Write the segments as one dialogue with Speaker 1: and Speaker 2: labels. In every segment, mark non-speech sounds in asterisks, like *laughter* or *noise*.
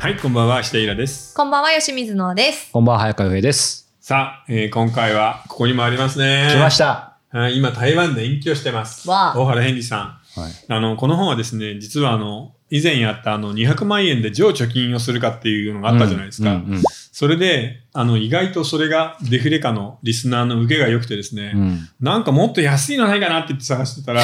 Speaker 1: はい、こんばんは、下平です。
Speaker 2: こんばんは、吉水野です。
Speaker 3: こんばんは、早川洋平です。
Speaker 1: さあ、えー今回はここにもありますね。
Speaker 3: 来ました。
Speaker 1: た。はい、今、台湾で延期をしてます。
Speaker 2: わあ
Speaker 1: 大原henry さ
Speaker 3: はい。
Speaker 1: ん。あの、この本はですね、実はあの、以前やったあの、200万円で上貯金をするかっていうのがあったじゃないですか。
Speaker 3: うんうん
Speaker 1: それで、あの、意外とそれがデフレ化のリスナーの受けが良くてですね、
Speaker 3: うん
Speaker 1: なんかもっと安いのないかなって言って探してたら、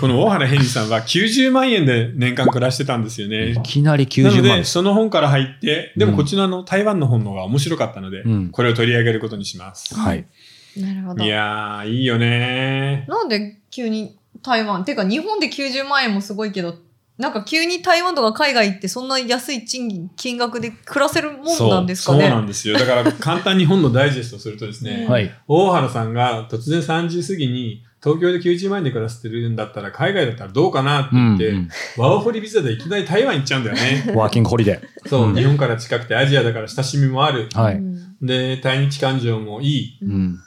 Speaker 1: この大原ヘンリーさんは90万円で年間暮らしてたんですよね
Speaker 3: い。きなり
Speaker 1: なの
Speaker 3: 90万
Speaker 1: で、
Speaker 3: です。
Speaker 1: その本から入って、でも
Speaker 3: うん
Speaker 1: こちらの台湾の本の方が面白かったので、
Speaker 3: うん
Speaker 1: これを取り上げることにします。
Speaker 3: はい。
Speaker 2: なるほど
Speaker 1: い。やー、いいよね
Speaker 2: なんで急に台湾ていうか日本で90万円もすごいけど、なんか急に台湾とか海外行ってそんな安い賃金、金額で暮らせるもんなんですか
Speaker 1: そうな
Speaker 2: ね。
Speaker 1: んですよ。だから簡単に本のダイジェストをするとですね、
Speaker 2: うん
Speaker 3: *laughs* はい。
Speaker 1: 大原さんが突然30過ぎに東京で90万円で暮らしてるんだったら海外だったらどうかなって
Speaker 3: う
Speaker 1: 言
Speaker 3: ん
Speaker 1: って、
Speaker 3: うん
Speaker 1: ワオホリビザでいきなり台湾行っちゃうんだよ
Speaker 3: *laughs*
Speaker 1: ね。
Speaker 3: ワーキングホリデ
Speaker 1: そう、
Speaker 3: うん
Speaker 1: 日本から近くてアジアだから親しみもある。
Speaker 3: ー。は
Speaker 2: う
Speaker 3: い。
Speaker 2: ん
Speaker 1: で、対日感情もい
Speaker 3: うん。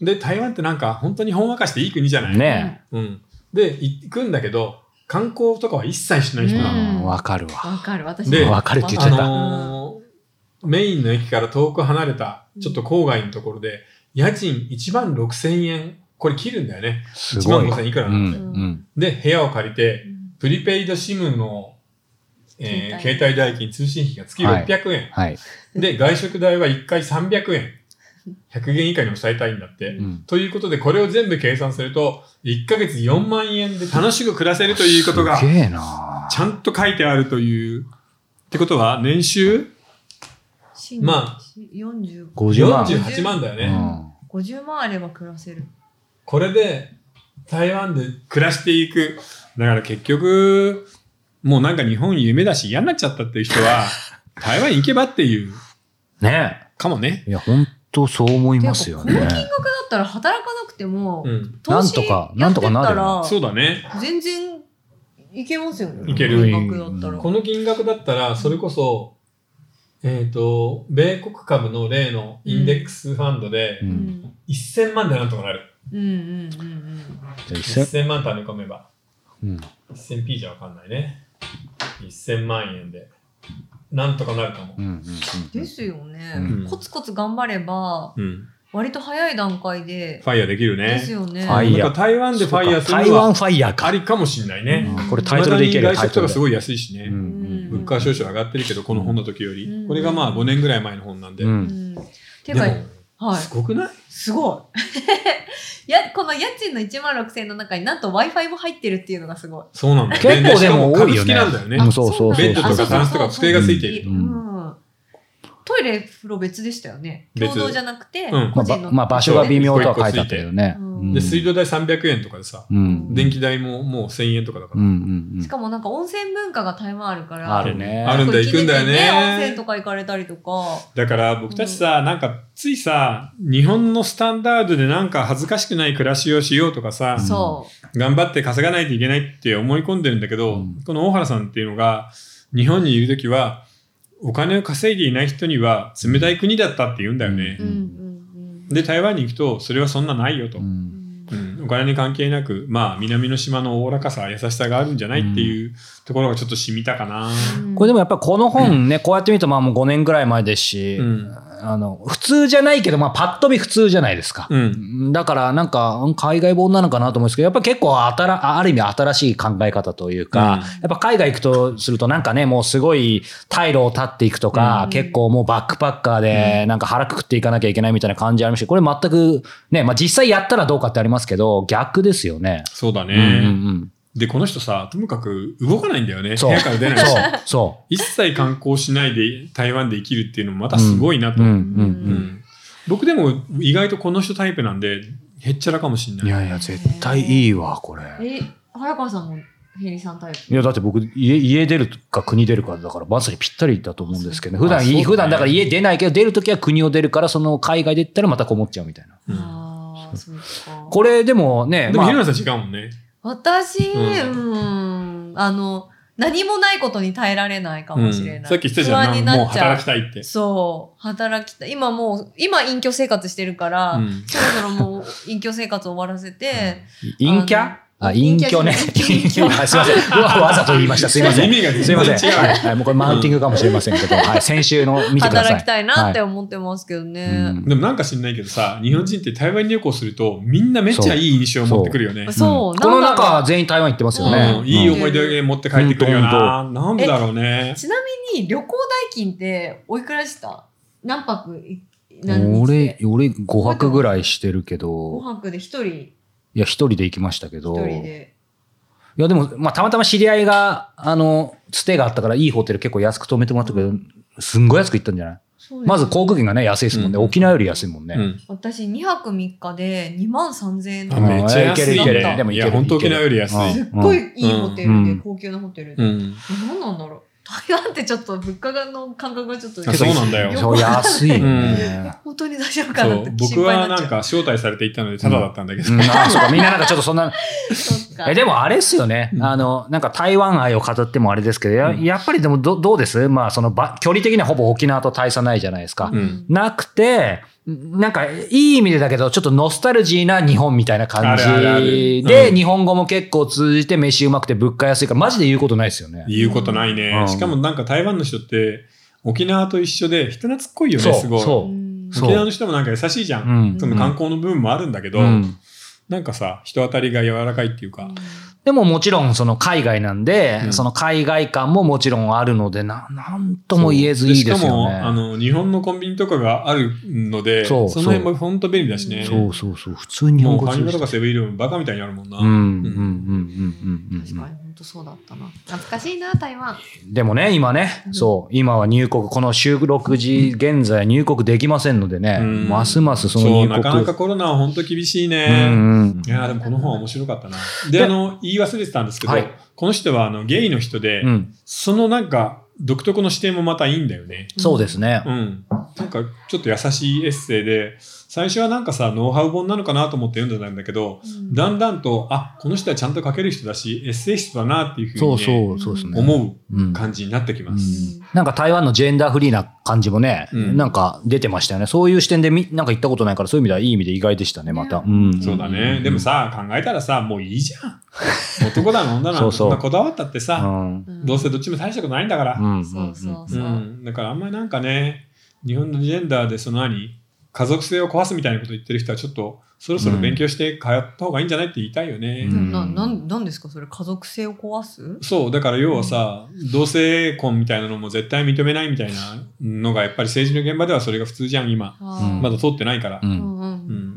Speaker 1: い。で、台湾ってなんか本当にほんわかしていい国じゃない。
Speaker 3: ね
Speaker 1: うん。で、行くんだけど、観光とかは一切しない人
Speaker 3: え。う
Speaker 1: なの。
Speaker 2: うん
Speaker 3: んわかるわ。
Speaker 2: わかる、私
Speaker 1: で
Speaker 2: も
Speaker 3: わかるって言っ
Speaker 1: あ
Speaker 3: ちゃった
Speaker 1: のーメインの駅から遠く離れた、ちょっと郊外のところで、家賃1万6千円、これ切るんだよね。
Speaker 3: す
Speaker 1: 1
Speaker 3: ご
Speaker 1: 万
Speaker 3: い。
Speaker 1: 5千いくら
Speaker 3: う
Speaker 1: なん
Speaker 3: ん
Speaker 1: で。
Speaker 3: うん。
Speaker 1: で、部屋を借りて
Speaker 2: う、ん
Speaker 1: プリペイドシムの、えー
Speaker 2: 携帯
Speaker 1: 携帯代金、通信費が月600円。
Speaker 3: はい。
Speaker 1: で、外食代は1回300円。100円以下に抑えたいんだって。
Speaker 3: うん
Speaker 1: ということで、これを全部計算すると、1ヶ月4万円で楽しく暮らせるということが
Speaker 3: す、げえな
Speaker 1: ちゃんと書いてあるという。ってことは、年収
Speaker 2: 新
Speaker 1: まあ
Speaker 2: 40
Speaker 3: 50万。
Speaker 1: 48万だよ
Speaker 3: う
Speaker 1: ね。
Speaker 3: ん
Speaker 2: 50万あれば暮らせる。
Speaker 1: これで、台湾で暮らしていく。だから結局、もうなんか日本夢だし嫌になっちゃったっていう人 *laughs* は、台湾行けばっていう、
Speaker 3: ね
Speaker 1: かもね。
Speaker 3: え。いや、本当そう思いますよ
Speaker 2: てか
Speaker 3: ね
Speaker 2: こ。の金額だったら働かなくても、
Speaker 1: うん。
Speaker 2: 投資
Speaker 3: なんとか
Speaker 2: やってた
Speaker 3: なんとからな
Speaker 1: そうだね。
Speaker 2: 全然いけますよね。
Speaker 1: いける
Speaker 2: 金額だったら。
Speaker 1: この金額だったら、それこそ、えっ、と、米国株の例のインデックスファンドで
Speaker 3: う、ん。
Speaker 1: 1000万でなんとかなる。
Speaker 2: うんうんうんうん
Speaker 3: じゃあ一千
Speaker 1: 1000万と跳ね込めば。
Speaker 3: うん。
Speaker 1: 1000P じゃわかんないね。1000万円で。なんとかなるかも
Speaker 3: う。ん。う
Speaker 2: うん。で
Speaker 3: ん
Speaker 2: すよね、
Speaker 3: うん
Speaker 2: コツコツ頑張れば、
Speaker 1: うん。
Speaker 2: 割と早い段階で
Speaker 1: フ、ァイヤーできるね。
Speaker 2: ですよね。
Speaker 3: ファイヤー
Speaker 1: なんか台湾でファイヤーす
Speaker 3: 台
Speaker 1: るの
Speaker 3: 湾
Speaker 1: は
Speaker 3: ファイヤー
Speaker 1: あ
Speaker 3: か。
Speaker 1: りかもしんないね。
Speaker 3: うんこれタイトルでいけるよ
Speaker 1: 未だに外食とかす
Speaker 3: い。
Speaker 1: ごい安いし
Speaker 3: うんう
Speaker 1: ね。
Speaker 3: ん
Speaker 2: うん
Speaker 1: 物価は少々上がってるけど、この本の時よ
Speaker 2: う
Speaker 1: り。
Speaker 2: ん
Speaker 1: これがまあ5年ぐらい前の本なんで。
Speaker 3: う
Speaker 1: でも、
Speaker 2: う
Speaker 3: ん。
Speaker 2: ん、ていうか、はい。
Speaker 1: すごくない
Speaker 2: すごい。や、この家賃の1万6000円の中になんと Wi-Fi も入ってるっていうのがすごい。
Speaker 1: そうなんだよね。
Speaker 3: 結構でも
Speaker 1: しか
Speaker 3: 多い
Speaker 1: 株
Speaker 3: よ
Speaker 1: 式
Speaker 3: ね。
Speaker 1: なんだよね。
Speaker 3: うんそうそうそう。
Speaker 1: ベッドとか
Speaker 2: あそうそうそう
Speaker 1: タンスとか机がついている
Speaker 3: と
Speaker 2: うん。トイレ、風呂別でしたよね。
Speaker 1: 別
Speaker 2: 共同じゃなくて、
Speaker 1: うん
Speaker 3: ま
Speaker 2: 個
Speaker 3: あば
Speaker 2: 人の。
Speaker 3: まあ、場所が微妙とは書いてあったけどね。
Speaker 2: うん
Speaker 1: で、水道代300円とかでさ、
Speaker 3: うん。
Speaker 1: 電気代ももう1000円とかだか
Speaker 3: うんう
Speaker 1: ら。
Speaker 3: ん
Speaker 2: しかもなんか温泉文化が台湾あるから、
Speaker 3: あるね
Speaker 1: あるんだ、行くんだよね。
Speaker 2: 温泉とか行かれたりとか。
Speaker 1: だから僕たちさ、なんかついさ、日本のスタンダードでなんか恥ずかしくない暮らしをしようとかさ、
Speaker 3: ん
Speaker 2: そ
Speaker 1: 頑張って稼がないといけないって思い込んでるんだけど、
Speaker 3: うん
Speaker 1: この大原さんっていうのが、日本にいるときは、お金を稼いでいない人には冷たい国だったって言うんだよね
Speaker 2: う。
Speaker 3: う
Speaker 2: うん
Speaker 3: ん
Speaker 2: うんうん。
Speaker 1: で、台湾に行くと、それはそんなないよと。
Speaker 3: う
Speaker 1: うん
Speaker 3: ん
Speaker 1: お金に関係なく、まあ、南の島のおおらかさ、優しさがあるんじゃないっていうところがちょっと染みたかな。
Speaker 2: うん
Speaker 3: これでもやっぱこの本ね、こうやって見るとまあもう5年ぐらい前ですし、
Speaker 1: うん
Speaker 3: あの、普通じゃないけど、まあパッと見普通じゃないですか。
Speaker 1: うん。
Speaker 3: だからなんかうん海外本なのかなと思うんですけど、やっぱ結構あたらある意味新しい考え方というか、
Speaker 1: うん
Speaker 3: やっぱ海外行くとするとなんかね、もうすごい退路を立っていくとか、
Speaker 2: うん
Speaker 3: 結構もうバックパッカーでなんか腹くくっていかなきゃいけないみたいな感じありましたけどこれ全くね、まあ実際やったらどうかってありますけど、逆ですよね。
Speaker 1: そうだね。
Speaker 3: うんうん
Speaker 1: で、この人さ、ともかく動かないんだよね。
Speaker 3: うん。
Speaker 1: 部
Speaker 3: そう。
Speaker 1: 屋から出ないし
Speaker 3: そ。う。そう。
Speaker 1: 一切観光しないで台湾で生きるっていうのもまたすごいなと。
Speaker 3: うんうん
Speaker 1: う
Speaker 3: うん
Speaker 1: ん僕でも意外とこの人タイプなんで、へっちゃらかもしんない。
Speaker 3: いやいや、絶対いいわ、これ。
Speaker 2: え、早川さんもヘリさんタイプ。
Speaker 3: いや、だって僕、家、家出るか国出るかだから、まさにぴったりだと思うんですけどね。普
Speaker 1: あ
Speaker 3: 段、
Speaker 1: そうだね
Speaker 3: 普段だから家出ないけど、出るときは国を出るから、その海外で行ったらまたこもっちゃうみたいな。
Speaker 1: うん
Speaker 2: ああ、そうか。
Speaker 3: これ、でもね、
Speaker 1: でも、
Speaker 3: まあ
Speaker 1: ひろなさん違うもんね。
Speaker 2: 私、う
Speaker 1: うん
Speaker 2: ん、あの、何もないことに耐えられないか
Speaker 1: う
Speaker 2: も
Speaker 1: ん
Speaker 2: しれない。
Speaker 1: さっき言ってたじゃ
Speaker 2: 不安
Speaker 1: ん。
Speaker 2: に
Speaker 1: もう
Speaker 2: なっちゃ
Speaker 1: 働
Speaker 2: う
Speaker 1: き。たいって。
Speaker 2: そう、働きたい。今もう、今隠居生活してるから、
Speaker 1: うん
Speaker 2: そろそろもう隠居生活終わらせて、
Speaker 3: 陰キャ
Speaker 2: あ
Speaker 3: あ、隠居ね。
Speaker 2: 隠居
Speaker 3: 隠居はいすいません。わわざと言いま
Speaker 1: *laughs*
Speaker 3: した。すいません。
Speaker 1: 意味が全
Speaker 3: すい
Speaker 1: 然違
Speaker 3: ま
Speaker 1: う
Speaker 3: せん。はいはい、もうこれマウンティングかもしれませ
Speaker 1: *laughs*
Speaker 3: んけど、はい、先週の見てください。
Speaker 2: 働きたいなって
Speaker 3: は
Speaker 2: 思ってますけどね。
Speaker 3: うん
Speaker 1: でもなんか知んないけどさ、日本人って台湾旅行すると、みんなめっちゃいい印象を持ってくるよね。
Speaker 2: そう、
Speaker 3: この
Speaker 2: なんだろう
Speaker 3: 中、全員台湾行ってますよね。
Speaker 1: うんいい
Speaker 3: うん
Speaker 1: 思い出持って帰ってくるよな。なんだろうね。
Speaker 2: ちなみに旅行代金っておいくらでした何泊い何日
Speaker 3: 俺
Speaker 2: で、
Speaker 3: 俺5泊ぐらいしてるけ
Speaker 2: 5
Speaker 3: ど、
Speaker 2: 泊で1人
Speaker 3: いや、一人で行きましたけ
Speaker 2: 1
Speaker 3: ど、
Speaker 2: 人
Speaker 3: い
Speaker 2: で
Speaker 3: や、でも、まあ、たまたま知り合いが、あの、つてがあったから、いいホテル結構安く泊めてもらったけど、すんごい安く行ったんじゃない
Speaker 2: そうです
Speaker 3: まず航空券がね、安いですもんね。
Speaker 1: うん
Speaker 3: 沖縄より安いもんね。
Speaker 1: うん
Speaker 2: 私2泊3日で2万3000円
Speaker 1: あ
Speaker 2: と
Speaker 3: うん
Speaker 2: か
Speaker 1: めっちゃ安い
Speaker 2: いけるいける
Speaker 1: ね。
Speaker 2: で
Speaker 3: もい
Speaker 1: い
Speaker 3: ける
Speaker 1: や、本当沖縄より安い。
Speaker 2: す
Speaker 3: う
Speaker 2: っ
Speaker 3: ん
Speaker 2: ごいいいホテルで、
Speaker 3: うん
Speaker 2: 高級なホテルで、
Speaker 1: うん。
Speaker 2: 何なんだろう台湾ってちょっと物価がの感覚がちょっと
Speaker 1: あそうなんだよ。
Speaker 3: そう、安いよね。
Speaker 2: 本当に大丈夫か
Speaker 1: そ
Speaker 2: なっ
Speaker 1: う
Speaker 2: て
Speaker 1: 僕
Speaker 2: 心配
Speaker 1: は
Speaker 2: になっ
Speaker 1: な
Speaker 2: ちゃ
Speaker 1: ん
Speaker 2: う
Speaker 1: か招待されて行ったのでタダだったんだけど、
Speaker 3: うん、あそうか、みんななんかちょっとそんな、
Speaker 2: *laughs* そっか
Speaker 3: えでもあれですよね、
Speaker 1: うん
Speaker 3: あのなんか台湾愛を語ってもあれですけど、や
Speaker 1: うん
Speaker 3: やっぱりでもどどうです、まあ、そのば距離的にはほぼ沖縄と大差ないじゃないですか。
Speaker 1: うん
Speaker 3: なくて、なんかいい意味でだけど、ちょっとノスタルジーな日本みたいな感じ
Speaker 1: あるあるある
Speaker 3: で、
Speaker 1: うん
Speaker 3: 日本語も結構通じて、飯うまくて物価安いから、マジで言うことないですよね。
Speaker 1: 言うことないね、
Speaker 3: うん
Speaker 1: しかもなんか台湾の人って沖縄と一緒で人懐っこいよ
Speaker 3: そ
Speaker 1: ね
Speaker 3: う
Speaker 1: すごい
Speaker 3: そう
Speaker 2: うん
Speaker 3: そう
Speaker 1: 沖縄の人もなんか優しいじゃん、
Speaker 3: うん
Speaker 1: その観光の部分もあるんだけど、
Speaker 3: うん
Speaker 1: なんかさ人当たりが柔らかいっていうか、
Speaker 3: でももちろんその海外なんで、
Speaker 1: うん
Speaker 3: その海外感ももちろんあるのでな、なんとも言えず
Speaker 1: で
Speaker 3: いいで
Speaker 1: し
Speaker 3: す
Speaker 1: か
Speaker 3: よ
Speaker 1: も
Speaker 3: ね。
Speaker 1: あの日本のコンビニとかがあるので
Speaker 3: そ
Speaker 1: そうの辺も本当便利だしね
Speaker 3: そうそうそう、普通に日
Speaker 1: も
Speaker 3: 本
Speaker 1: う
Speaker 3: 語
Speaker 1: カ
Speaker 3: 通
Speaker 1: ニバ
Speaker 3: じて
Speaker 1: とかセブンイレブンバカみたいにあるもんな、
Speaker 3: うんうんうん
Speaker 1: う
Speaker 3: うん
Speaker 1: ん
Speaker 3: うんうん
Speaker 2: 確かに本当そうだったな懐かしいな台湾
Speaker 3: でもね、今ね、
Speaker 2: うん
Speaker 3: そう、今は入国、この収録時現在入国できませんのでね、
Speaker 1: うん
Speaker 3: ますますその
Speaker 1: そう
Speaker 3: 入
Speaker 1: な
Speaker 3: 国。
Speaker 1: かなかコロナは本当厳しいね、
Speaker 3: うんうん
Speaker 1: いやーでもこの本は面白かったな。で、あの、言い忘れてたんですけど、
Speaker 3: はい
Speaker 1: この人はあのゲイの人で、
Speaker 3: うん
Speaker 1: そのなんか独特の視点もまたいいんだよね。
Speaker 3: そうですね。
Speaker 1: うん。なんかちょっと優しいエッセイで、最初はなんかさ、ノウハウ本なのかなと思って読んでたんだけど、
Speaker 2: うん
Speaker 1: だんだんと、あ、この人はちゃんと書ける人だし、エッセイストだなっていうふう
Speaker 3: そう
Speaker 1: に、ね、
Speaker 3: そう、そうですね。
Speaker 1: 思
Speaker 3: う
Speaker 1: うん感じになってき
Speaker 3: う
Speaker 1: ま
Speaker 3: ん
Speaker 1: す。
Speaker 3: なんか台湾のジェンダーフリーな感じもね、
Speaker 1: うん
Speaker 3: なんか出てましたよね。そういう視点でみ、なんか行ったことないから、そういう意味ではいい意味で意外でしたね、また。
Speaker 2: ね
Speaker 3: うん
Speaker 1: そうだね。でも、さ、考えたらさ、もういいじゃん。男だの女だ
Speaker 3: そ
Speaker 1: の
Speaker 3: うそう
Speaker 1: そんなこだわったって
Speaker 3: う
Speaker 1: さ、
Speaker 3: ん。
Speaker 2: うん
Speaker 1: どうせどっちも大したことないんだから。
Speaker 3: うん
Speaker 2: そうそう
Speaker 1: う、
Speaker 2: そうん
Speaker 1: だからあんまりなんかね日本のジェンダーでその何家族性を壊すみたいなこと言ってる人はちょっとそろそろ勉強して通った方がいいんじゃないって言いたいよね、
Speaker 3: うん
Speaker 2: ななんなんですかそれ家族性を壊す
Speaker 1: そうだから要はさ同性婚みたいなのも絶対認めないみたいなのがやっぱり政治の現場ではそれが普通じゃん今
Speaker 3: うん
Speaker 1: まだ通ってないから、
Speaker 3: う。
Speaker 1: うん
Speaker 2: うんんうん
Speaker 1: ん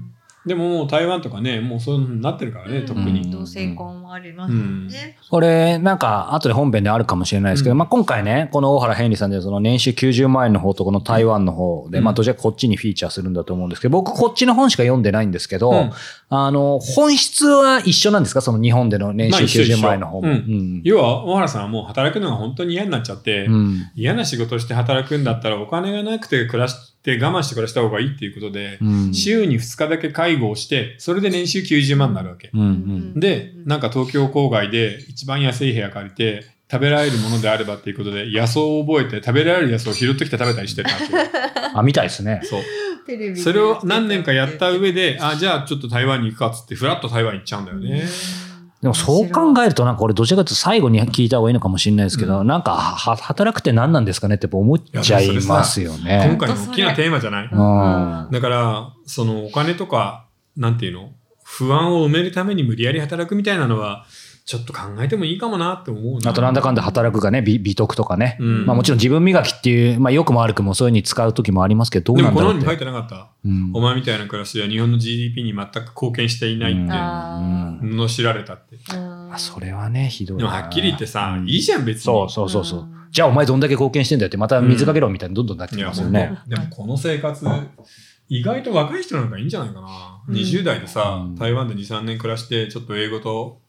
Speaker 1: でももう台湾とかねもうそういうのになってるからね特
Speaker 2: う
Speaker 1: に
Speaker 2: ん、同性婚もありますもんね、
Speaker 3: これ、なんか、後で本編であるかもしれないですけど、
Speaker 1: うん
Speaker 3: まあ今回ね、この大原ヘンリーさんで、その年収90万円の方とこの台湾の方で、
Speaker 1: うん
Speaker 3: まあどちらかこっちにフィーチャーするんだと思うんですけど、僕こっちの本しか読んでないんですけど、
Speaker 1: うん
Speaker 3: あの、本質は一緒なんですかその日本での年
Speaker 1: まあ
Speaker 3: 収
Speaker 1: 一緒一緒
Speaker 3: 90万円の方も。
Speaker 1: うん
Speaker 3: ん
Speaker 1: 要は大原さんはもう働くのが本当に嫌になっちゃって、
Speaker 3: うん
Speaker 1: 嫌な仕事して働くんだったらお金がなくて暮らして我慢して暮らした方がいいっていうことで、
Speaker 3: うん
Speaker 1: 週に2日だけ介護をしてそれで年収90万になるわけ、
Speaker 3: うんうん
Speaker 1: でなんか東京郊外で一番安い部屋借りて食べられるものであればっていうことで野草を覚えて食べられる野草を拾ってきて食べたりしてたわけ
Speaker 3: あ、みたいですね。
Speaker 1: そう
Speaker 2: テ
Speaker 3: *laughs*
Speaker 2: レビで
Speaker 1: それを何年かやった
Speaker 2: うん
Speaker 1: 上であじゃあちょっと台湾に行くかっつってふらっと台湾行っちゃうんだよね、
Speaker 3: でもそう考えると、なんか俺どちらかというと最後に聞いた方がいいのかもしれないですけど、
Speaker 1: う
Speaker 3: なんかは働くって何なんですかねってやっぱ思っちゃいますよ
Speaker 1: 今
Speaker 3: ね。
Speaker 1: 回の大きなテーマじゃない
Speaker 3: うん
Speaker 1: だからそのお金とかなんていうの不安を埋めるために無理やり働くみたいなのはちょっと考えてもいいかもなって思うな
Speaker 3: あとなんだかんだ働くがね、美美徳とかね。
Speaker 1: うん
Speaker 3: まあもちろん自分磨きっていう、まあ良くも悪くもそういうふうに使う時もありますけど、
Speaker 1: で
Speaker 3: どうな
Speaker 1: も
Speaker 3: ん
Speaker 1: こ
Speaker 3: だ
Speaker 1: の
Speaker 3: ろ
Speaker 1: 本
Speaker 3: うっ
Speaker 1: に書い
Speaker 3: て。
Speaker 1: てなかった、
Speaker 3: うん
Speaker 1: お前みたいな暮らしは日本の GDP に全く貢献していないって、
Speaker 3: うん
Speaker 2: あー
Speaker 1: 罵られたって
Speaker 2: うん
Speaker 3: あそれはね、ひどい
Speaker 1: で
Speaker 3: な。
Speaker 1: もはっきり言ってさ、
Speaker 3: うん
Speaker 1: いいじゃん別に
Speaker 3: そうそうそうそう。じゃあお前どんだけ貢献してんだよって、また水かけろみたいにどんどんなって
Speaker 1: い
Speaker 3: き
Speaker 1: や
Speaker 3: ます
Speaker 1: ほ
Speaker 3: よ
Speaker 1: んと
Speaker 3: ね。
Speaker 1: でもこの生活意外と若い人なんかいいんじゃないかな、
Speaker 2: うん
Speaker 1: 20代でさ
Speaker 3: うん
Speaker 1: 台湾で23年暮らしてちょっと英語と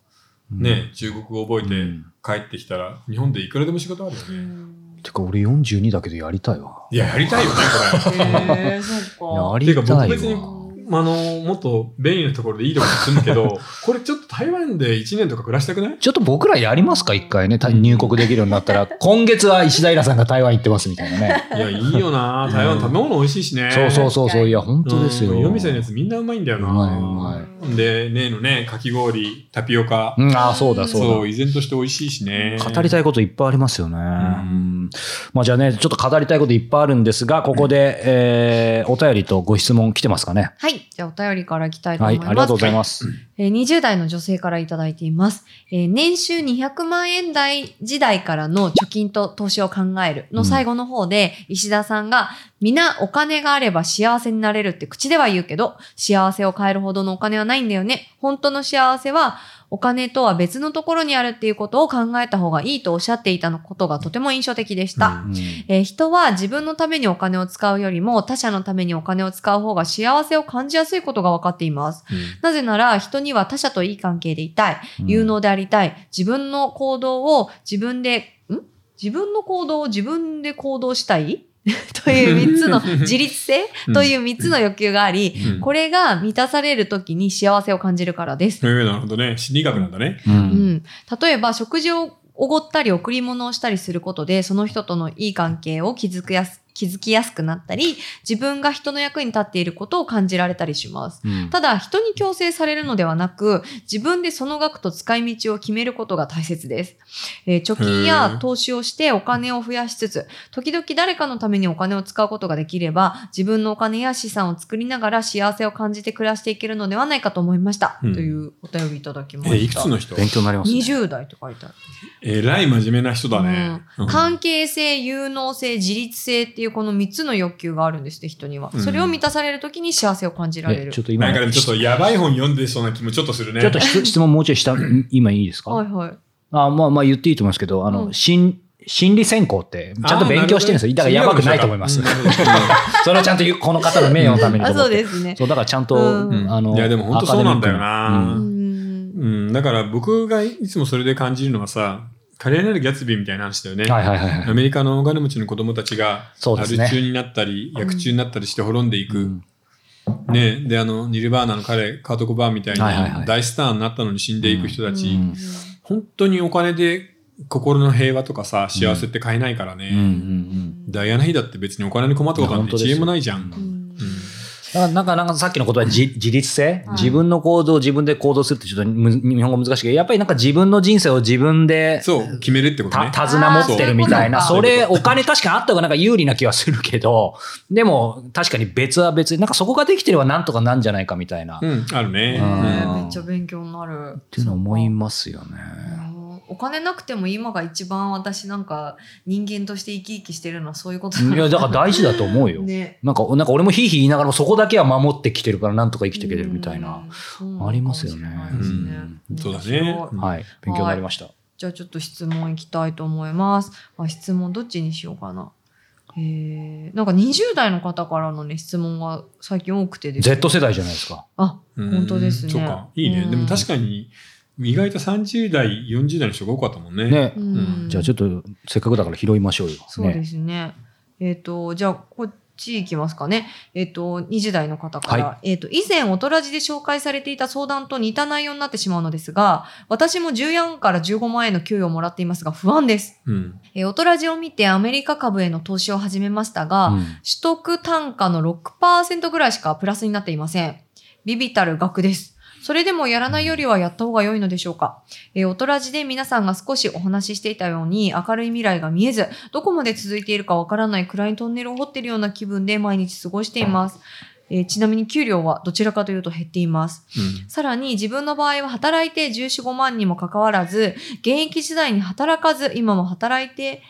Speaker 1: ね、中国語覚え
Speaker 3: う
Speaker 1: て
Speaker 3: ん
Speaker 1: 帰ってきたら日本でいくらでも仕事あるよね、
Speaker 2: うん
Speaker 3: てか俺42だけどやりたいわ。
Speaker 1: いや、やりたいよね、こ
Speaker 3: *laughs*
Speaker 2: へーそっか
Speaker 3: や
Speaker 1: れ。
Speaker 3: り
Speaker 1: て
Speaker 3: た
Speaker 1: か、
Speaker 3: いわ
Speaker 1: 僕別に。あの、もっと便利なところでいいところに住むけ
Speaker 3: *laughs*
Speaker 1: ど、これちょっと台湾で1年とか暮らしたくない
Speaker 3: ちょっと僕らやりますか一回ね、た入国できるようになった *laughs* ら、今月は石平さんが台湾行ってますみたいなね。
Speaker 1: いや、いいよな。台湾食べ物美味しいしね。
Speaker 3: そうそうそうそう、いや、
Speaker 1: う
Speaker 3: 本
Speaker 1: ん。
Speaker 3: 当ですよ。
Speaker 1: 夜店のやつみんなうまいんだよな。
Speaker 3: うまいうま
Speaker 1: で、ねえのね、かき氷、タピオカ。
Speaker 3: うん、ああ、そうだ
Speaker 1: そう
Speaker 3: そう
Speaker 1: 依然として美味しいしね。
Speaker 3: だ。語りたいこといっぱいありますよね。うんんまあじゃあね、ちょっと語りたいこといっぱいあるんですが、ここで、えーお便りとご質問来てますかね。
Speaker 2: はい。じゃあお便りからいきたいと
Speaker 3: は
Speaker 2: 思い
Speaker 3: い、
Speaker 2: ます。
Speaker 3: ありがとうございます。
Speaker 2: えー20代の女性からいただいています。えー年収200万円台時代からの貯金と投資を考えるの最後の方で、石田さんが、皆お金があれば幸せになれるって口では言うけど、幸せを変えるほどのお金はないんだよね。本当の幸せは、お金とは別のところにあるっていうことを考えた方がいいとおっしゃっていたのことがとても印象的でした。
Speaker 1: うん
Speaker 3: うん
Speaker 2: えー人は自分のためにお金を使うよりも他者のためにお金を使う方が幸せを感じやすいことが分かっています。なぜなら人には他者といい関係でいたい、有能でありたい、自分の行動を自分で、ん自分の行動を自分で行動したい *laughs* という3つの自立性
Speaker 1: うん
Speaker 2: という3つの欲求があり、
Speaker 1: うん
Speaker 2: これが満たされる時に幸せを感じるからです。
Speaker 1: ええなるほどね。心理学なんだね。
Speaker 3: う
Speaker 2: うんん、例えば食事をおごったり贈り物をしたりすることでその人とのいい関係を築くやす築きやすくなったり自分が人の役に立っていることを感じられたりします。
Speaker 3: うん
Speaker 2: ただ人に強制されるのではなく自分でその額と使い道を決めることが大切です、えー貯金
Speaker 1: へ
Speaker 2: や
Speaker 1: ー
Speaker 2: 投資をしてお金を増やしつつ時々誰かのためにお金を使うことができれば自分のお金や資産を作りながら幸せを感じて暮らしていけるのではないかと思いました、
Speaker 1: うん
Speaker 2: というお便りいただきま
Speaker 1: え
Speaker 2: した
Speaker 1: いくつの人
Speaker 3: 勉強になりますね。
Speaker 2: 20代って書いてある。
Speaker 1: えらい真面目な人だね。
Speaker 2: うん
Speaker 1: うん
Speaker 2: 関係性、有能性、自立性っていうこの3つの欲求があるんですって、人には。
Speaker 1: うん
Speaker 2: それを満たされるときに幸せを感じられ
Speaker 3: え
Speaker 2: る
Speaker 3: ちょ。っと今
Speaker 1: なんかでもちょっとやばい本読んでそうな気もちょっとするね。
Speaker 3: ちょっと質質問もうちょ
Speaker 1: *laughs*
Speaker 3: いした、今いいですか、
Speaker 2: はいはい。
Speaker 3: あまあまあ言っていいと思いますけど、あの、
Speaker 2: うん
Speaker 3: 心心理専攻って、ち
Speaker 1: あー
Speaker 3: ゃんと勉強してるんですよ。だからやばくないと思います。
Speaker 1: なるほど心理学の人か
Speaker 3: *laughs* それをちゃんと言うこの方の名誉のためにと
Speaker 2: あ、
Speaker 3: 思
Speaker 2: そ
Speaker 3: っ
Speaker 2: う
Speaker 3: て。
Speaker 2: ですね。
Speaker 3: そう、だからちゃんと、
Speaker 2: うん
Speaker 3: あの、
Speaker 1: いやでも本当そうなんだよな
Speaker 3: アカデミッ
Speaker 2: う
Speaker 3: クなうん
Speaker 2: ん。
Speaker 1: うん、だから僕がいつもそれで感じるのはさ、華麗なるギャツビーみたいな話だよね。
Speaker 3: はいはいはいは
Speaker 1: ア
Speaker 3: い。
Speaker 1: メリカのお金持ちの子供たちが、
Speaker 3: そう
Speaker 1: ア
Speaker 3: です
Speaker 1: ル
Speaker 3: ね
Speaker 1: 中になったり、
Speaker 2: ん
Speaker 1: 薬中になったりして滅んでいく。
Speaker 3: うん
Speaker 1: ね、で、あの、ニルバーナの彼、カートコバーンみたい
Speaker 3: はいはいは
Speaker 1: ない大スターになったのに死んでいく人たち、
Speaker 3: うん
Speaker 1: 本当にお金で心の平和とかさ、幸せって買えないから
Speaker 3: うんうんう
Speaker 1: ね。
Speaker 3: ん。
Speaker 1: ダイアナ妃だって別にお金に困ったことなんて
Speaker 3: いや本当です
Speaker 1: 一
Speaker 3: よ
Speaker 1: 円もないじゃ。
Speaker 2: うんん
Speaker 3: だからなんか、なんかさっきの言葉、じ自立性、
Speaker 2: はい
Speaker 3: 自分の行動を自分で行動するってちょっとむ日本語難しいけど、やっぱりなんか自分の人生を自分で、
Speaker 1: そう、決めるってことね
Speaker 3: た。手綱持ってるみたい
Speaker 2: あ
Speaker 3: な。
Speaker 2: ー
Speaker 1: そう
Speaker 3: そ
Speaker 1: いう
Speaker 3: れ、お金確かにあった方がなんか有利な気はするけど、でも確かに別は別に、なんかそこができてればなんとかなんじゃないかみたいな、
Speaker 1: うん、あるね。
Speaker 2: へ
Speaker 1: うん
Speaker 2: ー
Speaker 3: うん
Speaker 2: めっちゃ勉強になる。っ
Speaker 3: っていうの思いますよね。
Speaker 2: お金なくても今が一番私なんか人間として生き生きしてるのはそういうこと
Speaker 3: いや、だから大事だと思うよ。
Speaker 2: ね。
Speaker 3: なんか、なんか俺もひいひい言いながらもそこだけは守ってきてるから、なんとか生きていけてるみたいな。
Speaker 2: うん。
Speaker 3: ありますよね
Speaker 2: そうなのかもしれない
Speaker 1: うん
Speaker 2: です
Speaker 1: そうだね
Speaker 2: 面白い
Speaker 1: うん
Speaker 3: はい。勉強になりました。
Speaker 2: じゃあちょっと質問いきたいと思います。あ質問どっちにしようかな。えー、なんか20代の方からのね質問が最近多くてですね
Speaker 3: Z 世代じゃないですか。
Speaker 2: あ、
Speaker 1: うん
Speaker 2: 本当ですね
Speaker 1: そうか。いいね。
Speaker 2: うん
Speaker 1: でも確かに、意外と30代、40代の人が多かったもんね。
Speaker 3: ね
Speaker 2: う。。
Speaker 1: うん
Speaker 3: じゃあちょっと、せっかくだから拾いましょうよ。
Speaker 2: そうで
Speaker 3: ね。
Speaker 2: すね。えっ、と、じゃあ、こっち行きますかね。えっ、と、20代の方から。えっ、と、以前、おとらじで紹介されていた相談と似た内容になってしまうのですが、私も14から15万円の給与をもらっていますが、不安です。
Speaker 1: うん。
Speaker 2: えー、おとらじを見てアメリカ株への投資を始めましたが、
Speaker 3: うん
Speaker 2: 取得単価の6%ぐらいしかプラスになっていません。ビビたる額です。それでもやらないよりはやった方が良いのでしょうか。えー、おとらじで皆さんが少しお話ししていたように明るい未来が見えず、どこまで続いているかわからない暗いトンネルを掘っているような気分で毎日過ごしています。えーちなみに給料はどちらかというと減っています。さらに自分の場合は働いて14、5万にもかかわらず、現役時代に働かず、今も働いて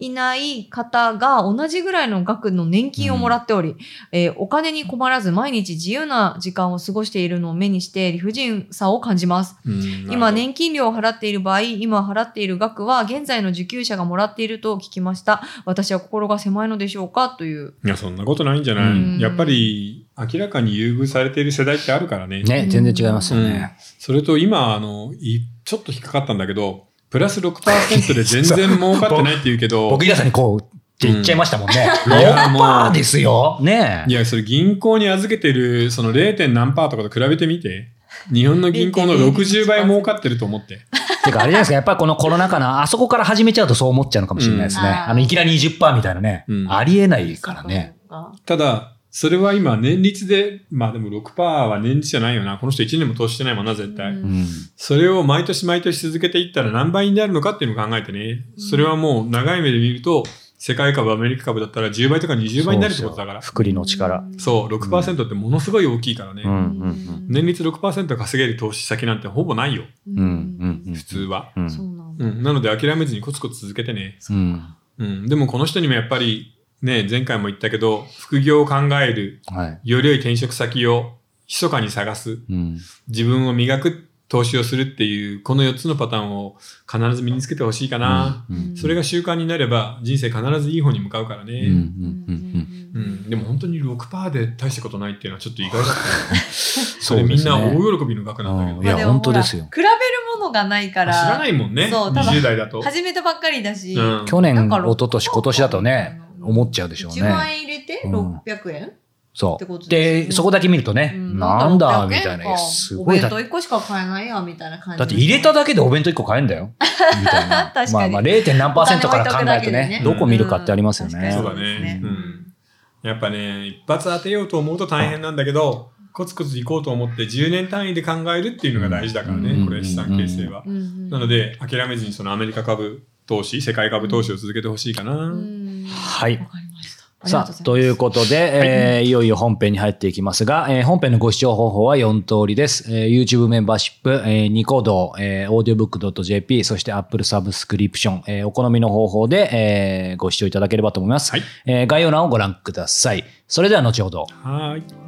Speaker 2: いない方が同じぐらいの額の年金をもらっており、えーお金に困らず毎日自由な時間を過ごしているのを目にして理不尽さを感じます。
Speaker 1: うん。
Speaker 2: 今
Speaker 1: ね
Speaker 2: 年金料を払っている場合、今払っている額は現在の受給者がもらっていると聞きました。私は心が狭いのでしょうかという。
Speaker 1: いや、そんなことないんじゃない、
Speaker 2: うん
Speaker 1: やっぱり、明らかに優遇されている世代ってあるからね。
Speaker 3: ね、全然違いますよね。
Speaker 1: それと今、あの、いちょっと引っかかったんだけど、プラス6%で全然儲かってないって言うけど、
Speaker 3: 僕、井田さんにこう、って言っちゃいましたもんね。
Speaker 1: うんいやもう
Speaker 3: 6%ですよ。ね
Speaker 1: いや、それ銀行に預けてる、その 0. 点何パーとかと比べてみて。日本の銀行の60倍儲かってると思って。
Speaker 3: え。てか、あれじゃないですか、やっぱりこのコロナ禍のあそこから始めちゃうとそう思っちゃうのかもしれないですね。
Speaker 2: うんあー
Speaker 3: あの、いきなり20%みたいなね、
Speaker 1: うん
Speaker 3: ありえないからね。。
Speaker 1: ただ、それは今年率で、まあでも6%は年率じゃないよな。この人1年も投資してないもんな、絶対。
Speaker 2: うん
Speaker 3: うん。
Speaker 1: それを毎年毎年続けていったら何倍になるのかっていうのを考えてね。それはもう長い目で見ると、世界株、アメリカ株だったら10倍とか20倍になるってことだから。
Speaker 3: 福利の力。。
Speaker 1: そう、6%ってものすごい大きいからね。
Speaker 3: うん
Speaker 1: 年率6%稼げる投資先なんてほぼないよ、
Speaker 3: うん、うん、うん。
Speaker 1: 普通は。
Speaker 3: うん。
Speaker 2: そうなん
Speaker 1: う
Speaker 2: だ。
Speaker 1: ん、なので諦めずにコツコツ続けてね。
Speaker 3: うん。
Speaker 1: うん、でもこの人にもやっぱり、ね、前回も言ったけど、副業を考える、
Speaker 3: はい。
Speaker 1: より良い転職先を密かに探す、
Speaker 3: うん。
Speaker 1: 自分を磨く投資をするっていう、この4つのパターンを必ず身につけてほしいかな。
Speaker 3: うんうん
Speaker 1: それが習慣になれば、人生必ずいい方に向かうから
Speaker 3: うん、う
Speaker 1: ね。
Speaker 3: ん、うんうん。
Speaker 1: うん、でも本当に6%で大したことないっていうのはちょっと意外だった。そ
Speaker 3: そ
Speaker 1: れ
Speaker 3: うで
Speaker 1: みん
Speaker 3: すね
Speaker 1: な大喜びの額なんだけど。
Speaker 3: いや
Speaker 2: まあでも
Speaker 3: 本当ですよ
Speaker 2: ほら比べるものがないから。
Speaker 1: 知らないもんね。
Speaker 2: そうただ
Speaker 1: 20代だと。
Speaker 2: 始めたばっかりだし。
Speaker 1: うん
Speaker 3: 去年、
Speaker 2: なんか
Speaker 3: 一昨年今年だとね、思っちゃうでしょうね
Speaker 2: 1万円入れて
Speaker 3: うん
Speaker 2: 600円
Speaker 3: そ
Speaker 2: ってこと
Speaker 3: う。
Speaker 2: ですよね
Speaker 3: で、そこだけ見るとね、
Speaker 2: うん
Speaker 3: なんだ、
Speaker 2: 600
Speaker 3: み
Speaker 2: 円
Speaker 3: たい
Speaker 2: か
Speaker 3: な。す
Speaker 2: お
Speaker 3: ごい
Speaker 2: 弁
Speaker 3: だ。
Speaker 2: 当1個しか買えないやみたいな感じ。
Speaker 3: だって入れただけでお弁当1個買えんだよ。みたいな。
Speaker 2: 確かに
Speaker 3: まあまあ 0. 何パーセントから考え
Speaker 1: お金置いとくだ
Speaker 3: るとね
Speaker 1: けでね
Speaker 3: どこ見るかってありますよ
Speaker 2: ん
Speaker 3: ね。
Speaker 1: そうだね
Speaker 2: そうです
Speaker 1: やっぱね、一発当てようと思うと大変なんだけど、コツコツ行こうと思って10年単位で考えるっていうのが大事だから
Speaker 3: うん
Speaker 1: ね、これ資産形成は。
Speaker 2: うんうん
Speaker 1: なので、諦めずにそのアメリカ株投資、世界株投資を続けてほしいか
Speaker 2: う
Speaker 1: な。
Speaker 2: ん
Speaker 3: はい
Speaker 2: わかりましたありが
Speaker 3: さ
Speaker 2: とうございます
Speaker 3: あ、ということで、えーいよいよ本編に入っていきますが、えー本編のご視聴方法は4通りです。えー YouTube メンバーシップ、えーニコ動、えー audiobook.jp、そして Apple サブスクリプション、えーお好みの方法で、えーご視聴いただければと思います。
Speaker 1: はい
Speaker 3: えー概要欄をご覧ください。それでは後ほど。
Speaker 1: はーい。